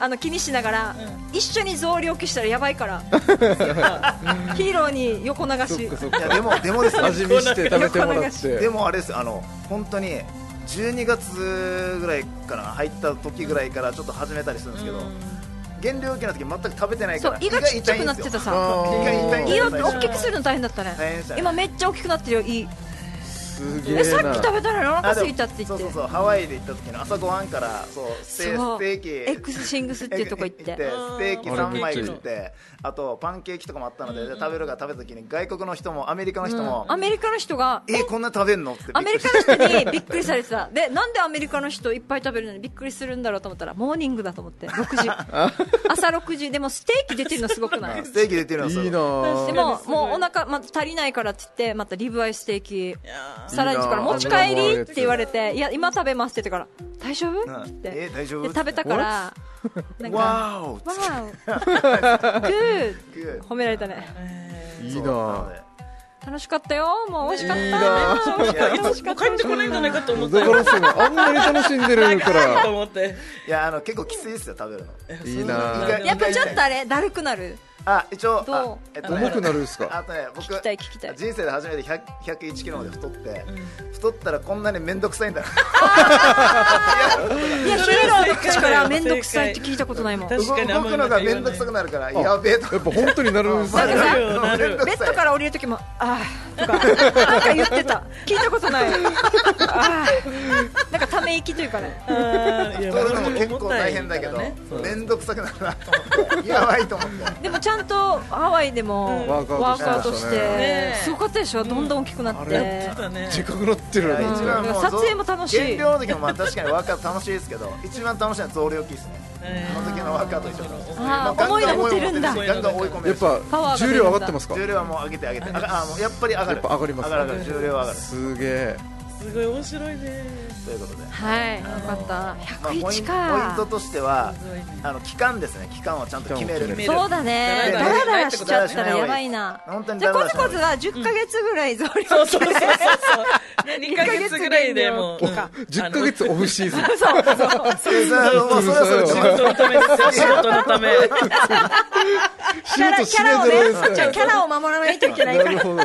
あの気にしながら、一緒に増量期したらやばい からヒーローに横流そっしかそっいやでかもでもですね味見して食べてもらっでてもあれですあの本当に12月ぐらいから入った時ぐらいからちょっと始めたりするんですけど減量期の時全く食べてないかそうら胃がちっちゃくなってたささあ胃が痛いんで胃すをよ大きくするの大変だった大変ねでしたね今めっちゃ大きくなってるよ胃すげええなさっき食べたらお腹あですもいたって言ってそうそうそうハワイで行った時の朝ごはんからそうステそうステーキエックスシングスっていうとこ行ってステーキあー3枚あれめっちゃいい食ってあとパンケーキとかもあったので,、食べるが食べた時に外国の人もアメリカの人も、アメリカの人がえこんな食べんのってびっアくメりリしてカの人にびっくりされてたでなんでアメリカの人いっぱい食べるのにびっくりするんだろうと思ったらモーニングだと思って6時朝6時でもステーキ出てるのすごくないステーキ出てるのすごいいなでーももうお腹ま足りないからって言ってまたリブアイステーキサライチからいいな持ち帰りって言われていや今食べますって言ってから大丈夫うんって言ってえ大丈夫で食べたからなんか わわーおーおググー褒められたねいいそうななので楽しかったよもう美味しかっいいたな美味しかったいや美味しかもっうた帰ってこないんじゃないかと思っただよからっすよねあんまり楽しんでるか帰るとら思っていやあの結構きついですよ食べるのいいな意ー外やっぱちょっとあれだるくなるあ一応どうあえっ重くなるんすあかとね僕聞きたい聞きたい人生で初めて100 101キロまで太って、太ったらこんなに面倒くさいんだないやヒーローの口から面倒くさいって聞いたことないもんベ確かにあ動んまくのりながんか言わない面倒くさくなるからやべえとやっぱ本当になるんすなんかねさなる面倒くッさドいから降りるときもああとかなんか言ってた聞いたことないあーなんかため息というかね太るのも結構大変だけど面倒くさくなるなと思ってやばいと思ってでもちゃんとハワイでもワワークークアアウウトトししててねすごかったでしょどんどん大きくなっあれてねでかくなってる一番もう撮影も楽しい減量の時もまあ確かにワークアウト楽しいですけど一番楽しいのは増量期ですねこの時のワークアウト一緒ですあーガンガ思いンが持てるんだ思いが持てるしガンガン追い込めやるっしパワーがぱ出るんだ重量上がってますか重量はもう上げて上げて上があもうやっぱり上がるやっぱ上がります上がる上がる重量は上がるすげえすごい面白いねということではいよかったまあ、ポイ101ンポイントかとしては、あの期間ですね、期間をちゃんと決める。期間を決めそうだねでダラダラしちゃったらやばいな本当にじゃダあラダコラしツないコツは10ヶ月ぐらい増量期そうそうそうそう2ヶ月ぐらいでもうお10ヶ 月オフシーズンでそれもうそろそろ自分そのためですよ仕事のため仕キャラ事キャしねラをえねじゃないですかじゃあキャラを守らないといけないかならるほど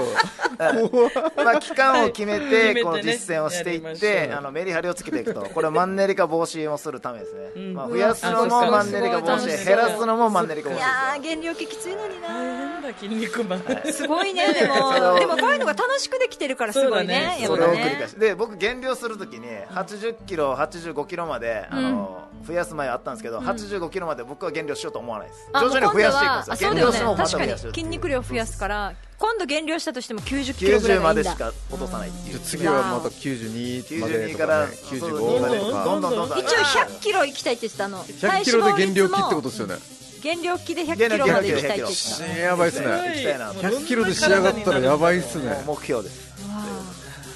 まあ、期間を決め決めてて、ねこの実践をしていやりまっしょて、あのメリハリをつけていくと、これはマンネリ化防止をするためですね。まあ、増やすのうわもマンネリ化防すごい止、減らすのもマンネリ化防い止でやー減量期きついのにななんだ筋肉マンすごいねでそもうでもこういうのが楽しくできてるからすごいねすよ。やそっぱれを繰り返ねし、で、僕減量するときに、80キロ、85キロまで、あの。増やす前はあったんですけど、85キロまで僕は減量しようと思わないです。あ徐もう々今に増度やしていくんはであすそよ。うだ減量よすねるのもまた確増かにやす筋肉量増やすから今度減量したとしても90キロぐらい90がまいいんでしだか落とさないっていう。次はまた92まで92とかからねそう95までとどんどかんどんどん一応100キロ行きたいって言ってたあの100キロで減量期ってことですよね減量期で100キロまで行きたいって言ってたやばいっすね行きたいなと100キロで仕上がったらやばいっすね目標です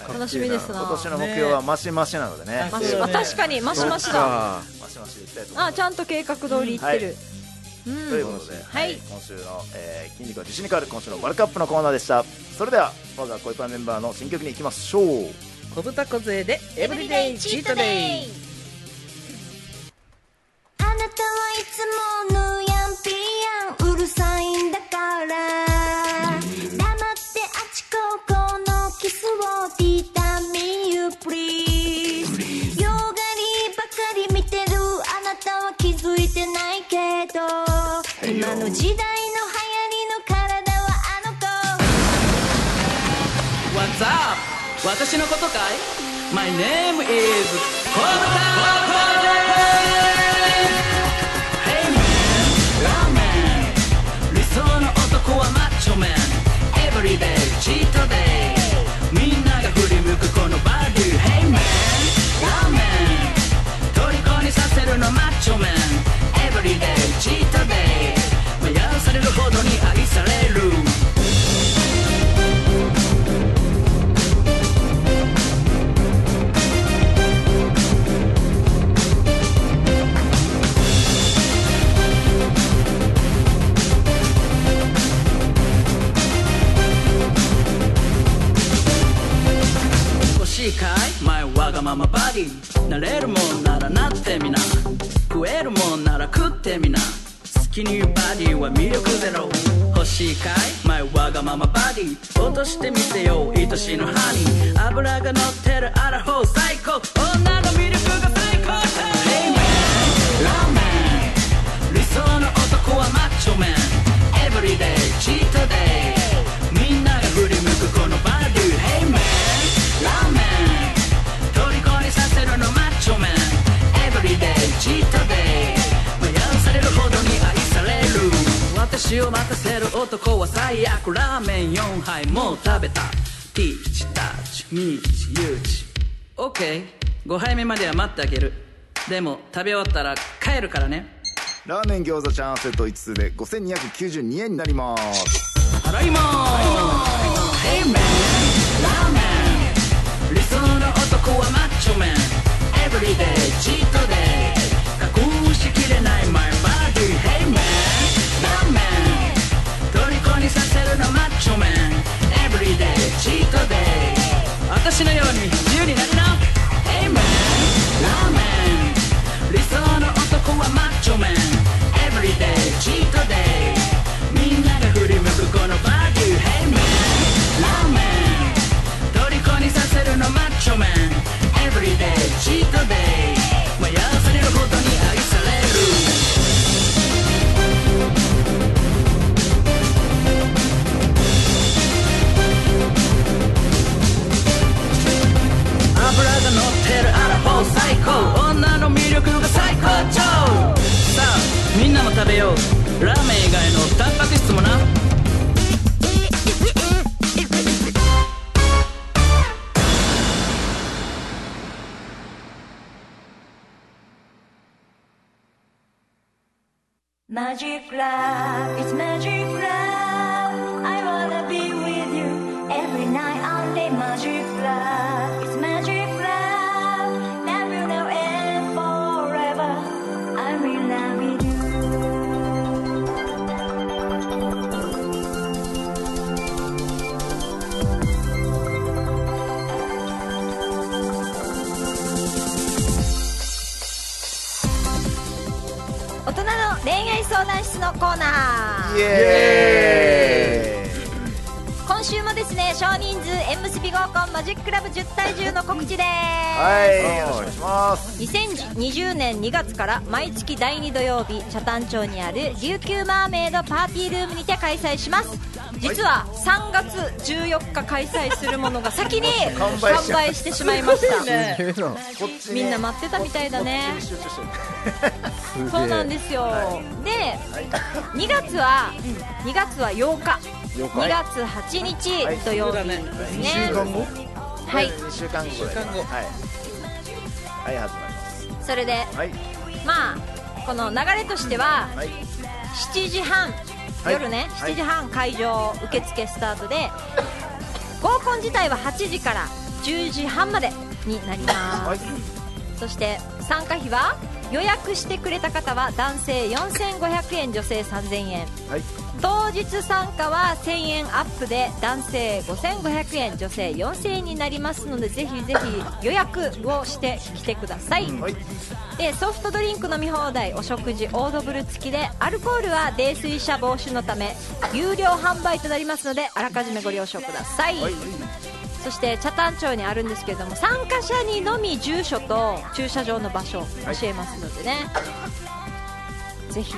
楽しみですな今年の目標はマシマシなのでねマシそうだね確かにマシマシだあマシマシでいきたいと思いまあちゃんと計画通り行ってるすということではいはい今週のえー筋肉は自信に変わる今週のバルカップのコーナーでしたそれでは我が恋パンメンバーの新曲に行きましょう小豚小杖でエブリデイチートデイあなたはいつもぬやんぴやんうるさいんだから黙ってあちここのキスを T タミユプリーズ洋がりばかり見てるあなたは気づいてないけど今の時代の流行りの体はあの子 What's up? 私のことかい ?My name is 小豚小杖 Hey man, ラーメン理想の男はマッチョメン Everyday, cheat day みんなが振り向くこのバディ Hey man, ラーメン虜にさせるのマッチョメン Everyday, cheat day 迷わされるほどに愛される欲しいかい前わがままバディなれるもんならなってみな食えるもんなら食ってみな好きにバディは魅力ゼロ欲しいかい前わがままバディ落としてみせよう愛しのハニー脂が乗ってるアラフォー最高女の魅力が最高 Hey man ラーメン理想の男はマッチョメン Everyday チートデイみんなが振り向くこのバディ Hey man ラーメン虜にさせるのマッチョメン Everyday チートデイ迷わされるほどに愛される私を待たせる男は最悪ラーメン4杯もう食べたピーチタッチミーチユーチ OK5 杯目までは待ってあげるでも食べ終わったら帰るからねラーメン餃子チャーハンセット5つで5292円になります払いまーす Hey man ラーメン理想の男はマッチョメン Everyday チートデイ隠しきれない my body Hey man ラーメン虜にさせるのマッチョメン Everyday チートデイ私のように自由になりな Hey man ラーメン理想の男はマッチョメン Everyday チートデイみんなが振り向くこのバディ Hey man ラーメン虜にさせるのマッチョメン Everyday チートデイ迷わされるほどに愛される脂が乗ってるアラフォー最高女の魅力が最高潮さあみんなも食べようラーメン以外のタンパク質もなマジックラブ It's magic love I wanna be with you Every night all day magic love It's magic love Love you now and forever I'm in love with you 大人の恋愛相談室のコーナーイエーイ今週もですね少人数縁結び合コンマジックラブ10対10の告知ですはいよろしくお願いします2020年2月から毎月第2土曜日北谷町にある琉球マーメイドパーティールームにて開催します実は3月14日開催するものが先に完完売しちゃった売してしまいま したえーなこっちみにんな待ってたみたいだねこっちに集中してるすげえそうなんですよ、で2月は2月は8日了2解月8はい日土曜日ですね2週間後はい2週間後ぐらいかなはいはい始まりますそれではいまあこの流れとしてははい7時半、はい夜ねはい7時半会場受付スタートで、合コン自体は8時から10時半までになります、はいそして参加費は予約してくれた方は男性4500円女性3000円はい当日参加は1000円アップで男性5500円女性4000円になりますのでぜひぜひ予約をしてきてください、はいでソフトドリンク飲み放題お食事オードブル付きでアルコールは泥酔者防止のため有料販売となりますのであらかじめご了承ください、そして北谷町にあるんですけれども参加者にのみ住所と駐車場の場所教えますのでね、ぜひ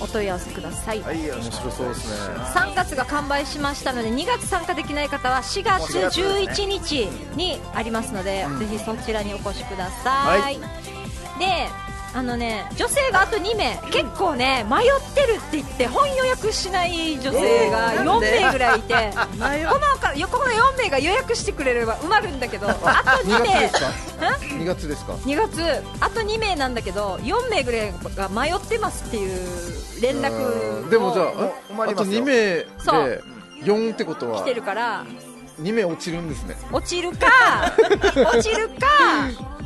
お問い合わせください、はいよろしく白そうですね3月が完売しましたので2月参加できない方は4月11日にありますので、ぜひそちらにお越しください、はいであのね女性があと2名結構ね迷ってるって言って本予約しない女性がえー4名ぐらいいて、迷うこの他この4名が予約してくれれば埋まるんだけどあと2名2月ですか2月ですか2月あと2名なんだけど4名ぐらいが迷ってますっていう連絡をでもじゃお埋あまありとますよ2名でそう4ってことは来てるから2名落ちるんですね落ちる か落ちるか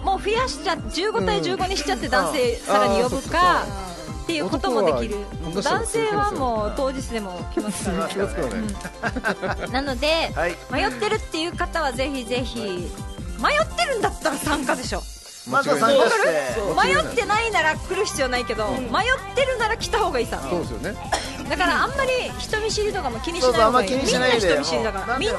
もう増やしちゃ15対15にしちゃって男性さらに呼ぶかっていうこともできる男は男性はもう当日でも来ますか気がつかないらなのではい迷ってるっていう方はぜひぜひ迷ってるんだったら参加でしょまずは参加して迷ってないなら来る必要ないけど迷ってるなら来た方がいいさそうですよねだからあんまり人見知りとかも気にしないそうそう方あんまがりいい気にみしんなないで人見知りだからもうみんな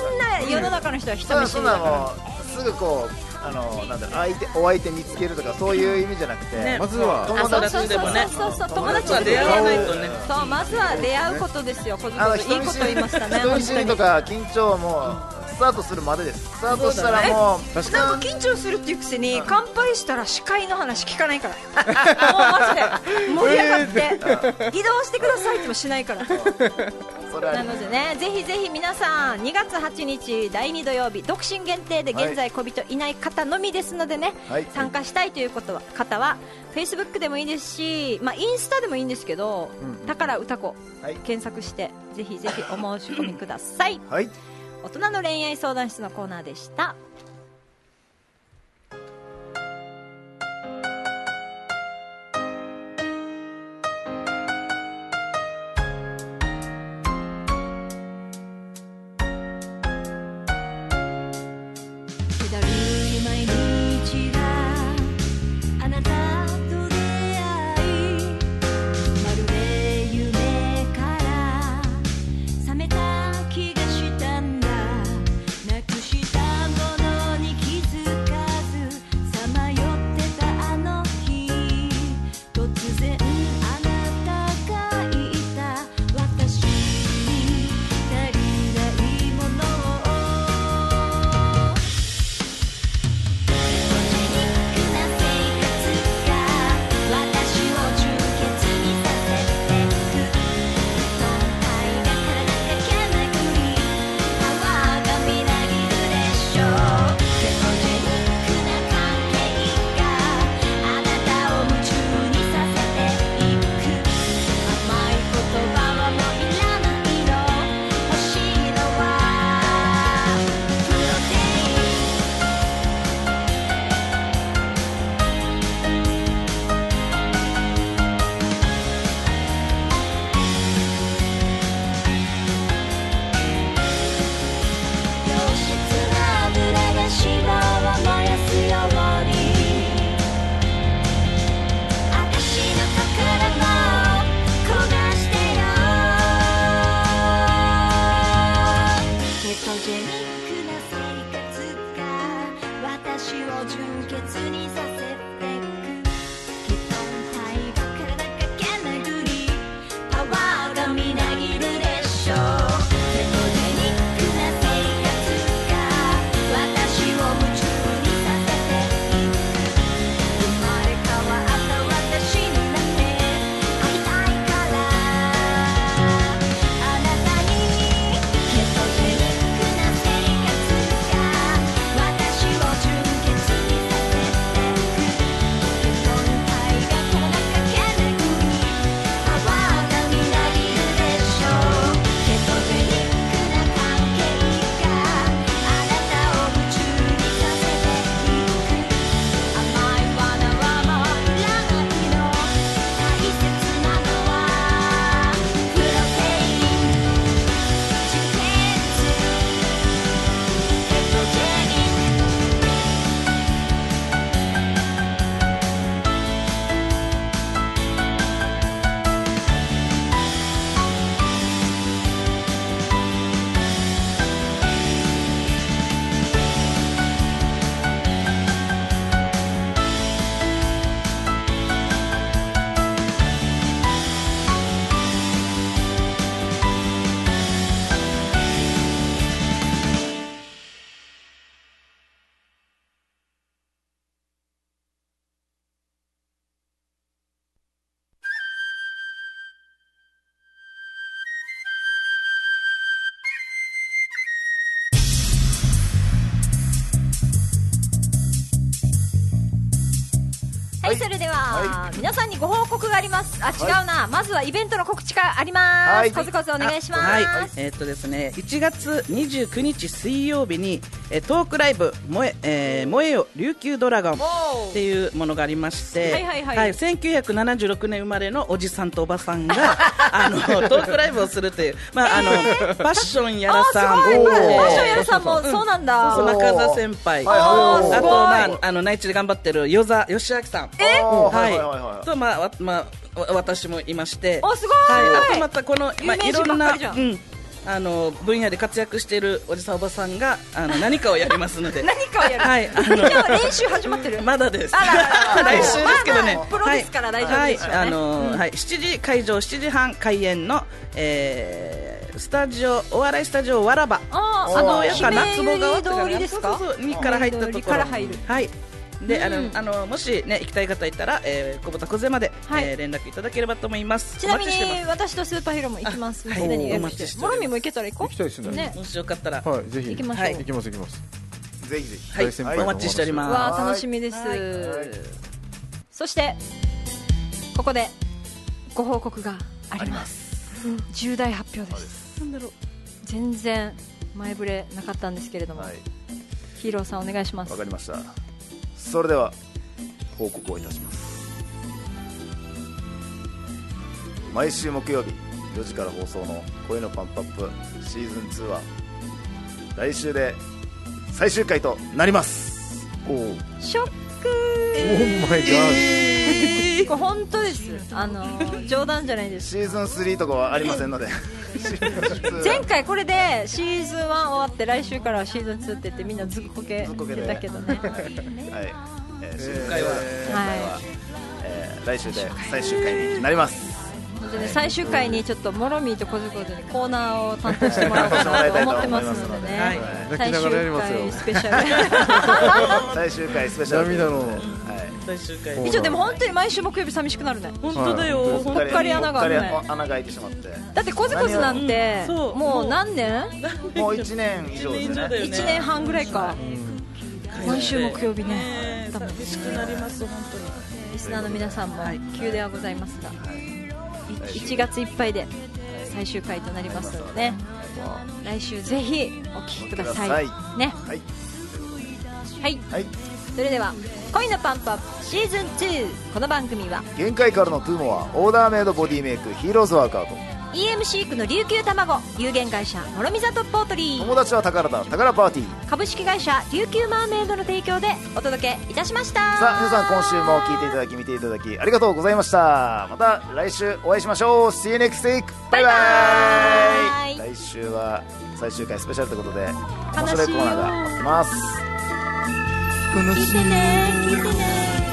世の中の人は人ただ見知そりんだなからもうすぐこうあのなんだろう相手お相手見つけるとかそういう意味じゃなくて、ねまずは友あ達そうそうそうそうそうそう友達まあ出会わないとねそうまずは出会うことですよ小塚あの君いいこと言いましたね人本見知当りにとか緊張もスタートするまでですスタートしたらもう確かなんか緊張するっていうくせに乾杯したら司会の話聞かないからもうマジで盛り上がって移動してくださいってもしないからそれはなのでねぜひぜひ皆さん2月8日第2土曜日独身限定ではい現在恋人いない方のみですのでね、はい参加したいということは方は Facebook でもいいですし、まあ、インスタでもいいんですけど「宝歌子はい」検索してぜひぜひお申し込みくださいはい大人の恋愛相談室のコーナーでした「だるい毎日があなたと出会い」「まるで夢から覚めた気がしたんだ」「なくしたものに気づかずさまよってたあの日」「突然あなたが言った私に足りないものを」「ユニークな生活が私を純潔にさせてく」「都会だからなんかけなくり」「泡がみなぎるでしょう」「ユニークな関係があなたを夢中にさせていく」「甘い言葉はもういらないの」「欲しいのはプロテイン」良質な油が芝を燃やすようにあたしの宝も焦がしてよヘトジェニックな生活が私を純潔にさせてく「ケトン体が体かけ巡り」「パワーがみなぎるでしょう」「ヘトジェニックな生活が私を夢中にさせていく」「生まれ変わった私になって会いたいから」「あなたにケトジェニックな生活が私を純潔にさせていく」はいそれでは、皆さんにご報告がありますあ違うな、まずはイベントの告知からあります、はいコツコツお願いします、はい、えーっとですね、1月29日水曜日に、えートークライブ燃え、えー燃えよ琉球ドラゴンっていうものがありまして、はいはいはい1976年生まれのおじさんとおばさ んがあのトークライブをするという、まああのファッションやらさん、あすごいおーファッションやらさんもそうなんだそうそう中澤先輩、はいはいはいあとまああの内地で頑張ってる与座義明さん、おーははいいはいはいはいとまあわまあわ私もいまして、おすごいはい、あとまたこのまあい有名人ろんばっかなりじゃんうんあの分野で活躍しているおじさんおばさんが あの何かをやりますので、何かをやるはい、あじゃあの練習始まってる まだです。あららら来週ですけどまね。あまあプロですから大丈夫でしょうねはい、あのーはい、7時会場7時半開演の、えースタジオお笑いスタジオわらば。あーああののやかな姫壺川って通いうかりですかそうそうそうにから入ったとこ姫ろ通りから入るはいで、あうんのあのもしね行きたい方いたら、えー、久保田小瀬まで、はいえー連絡いただければと思いますちなみおに待ちしてま私とスーパーヒーローも行きますあもうすでにはい予約お待ちしておりますモロミも行けたら行こう行きたいですねねすもしよかったらははい、ぜひ。行きましょうはい行きます、行きます。ぜひぜひい、大先輩のお待ちしておりうますわー楽しみです、はいそしてここでご報告がありますうん重大発表です全然前触れなかったんですけれども、はいヒーローさんお願いしますわかりましたそれでは報告をいたします毎週木曜日4時から放送の「声のパンプアップ」シーズン2は来週で最終回となりますおおショックオーマイガー。これ本当 ですあのー冗談じゃないですシーズン3とかはありませんの でシーズン2は前回これでシーズン1終わって来週からはシーズン2って言ってみんなずっこけてたけどねはい、えー、シーズン今回ははえー来週で最終回になりますい本当に最終回にちょっとモロミーとコズコズにコーナーを担当してもらおうかなと思ってますのでね、 はい泣最きな終がらやりますよ回スペシャル最終回スペシャル涙の。はい最終回以上でも本当に毎週木曜日寂しくなるね本当だよ、ぽ本ぽ当っかり穴があるねぽっかり穴が開いてしまってだってコズコズなんてうんそうもう何年もう1年以上です以上ねだよね1年半ぐらいか毎週木曜日ねね寂しくなります本当にリスナーの皆さんもはい急ではございますがい1月いっぱいで最終回となりますので来週ぜひお聞きくださいお聞きくだねはいはいはいそれでは「恋のパンプアップシーズン2この番組は限界からのトゥーモはオーダーメイドボディメイクヒーローズワークアウト EM シークの琉球卵有限会社諸見里ポートリー友達は宝だ宝パーティー株式会社琉球マーメイドの提供でお届けいたしましたさあ皆さん今週も聞いていただき見ていただきありがとうございましたまた来週お会いしましょう See you next week バイバイバ来週は最終回スペシャルということで悲しいよ面白いコーナーが待ってます来てね来てね